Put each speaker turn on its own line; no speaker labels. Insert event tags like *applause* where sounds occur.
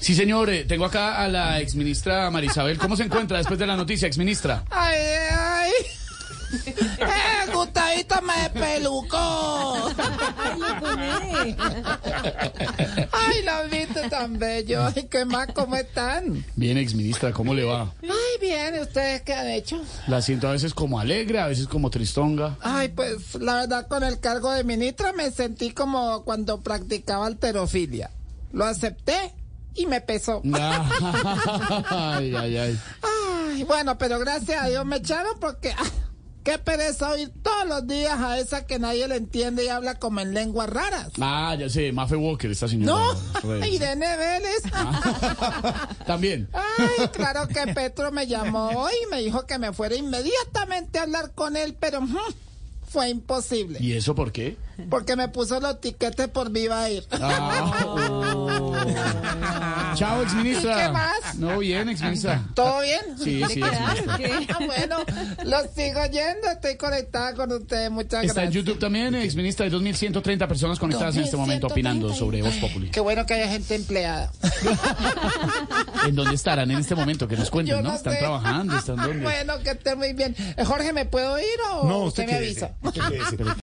Sí, señor, eh, tengo acá a la exministra Marisabel. ¿Cómo se encuentra después de la noticia, exministra? *laughs*
Ay, ay. Eh, Gustavito me pelucó. Ay, los viste tan bellos. Ay, ¿qué más? ¿Cómo están?
Bien, exministra, ¿cómo le va?
Ay, bien, ¿ustedes qué han hecho?
La siento a veces como alegre, a veces como tristonga. *laughs*
Ay, pues la verdad con el cargo de ministra me sentí como cuando practicaba alterofilia. Lo acepté y me pesó.
Mm. Ay, ay, ay.
Ay, bueno, pero gracias a Dios me echaron porque ah, qué pereza oír todos los días a esa que nadie le entiende y habla como en lenguas raras.
Ah, ya sé, Mafe Walker, esta señora.
No,
Re-
Irene Vélez.
Ah. También.
Ay, claro que Petro me llamó hoy y me dijo que me fuera inmediatamente a hablar con él, pero ujú, fue imposible
¿Y eso por qué?
porque me puso los tiquetes por viva ir.
Ah, oh. Chao, exministra.
¿Y qué más?
No, bien, exministra.
¿Todo bien?
Sí, sí, exministra.
Ah, bueno, los sigo oyendo, estoy conectada con ustedes, muchas
Está en
gracias.
YouTube también, exministra. Hay 2.130 personas conectadas en este momento opinando sobre Voz Populi.
Qué bueno que haya gente empleada.
¿En dónde estarán en este momento? Que nos cuenten,
Yo
¿no?
no
Están
sé. *laughs*
trabajando, están donde.
Bueno, que esté muy bien. Eh, Jorge, ¿me puedo ir o
No, usted
me
quédese,
avisa?
usted quédese.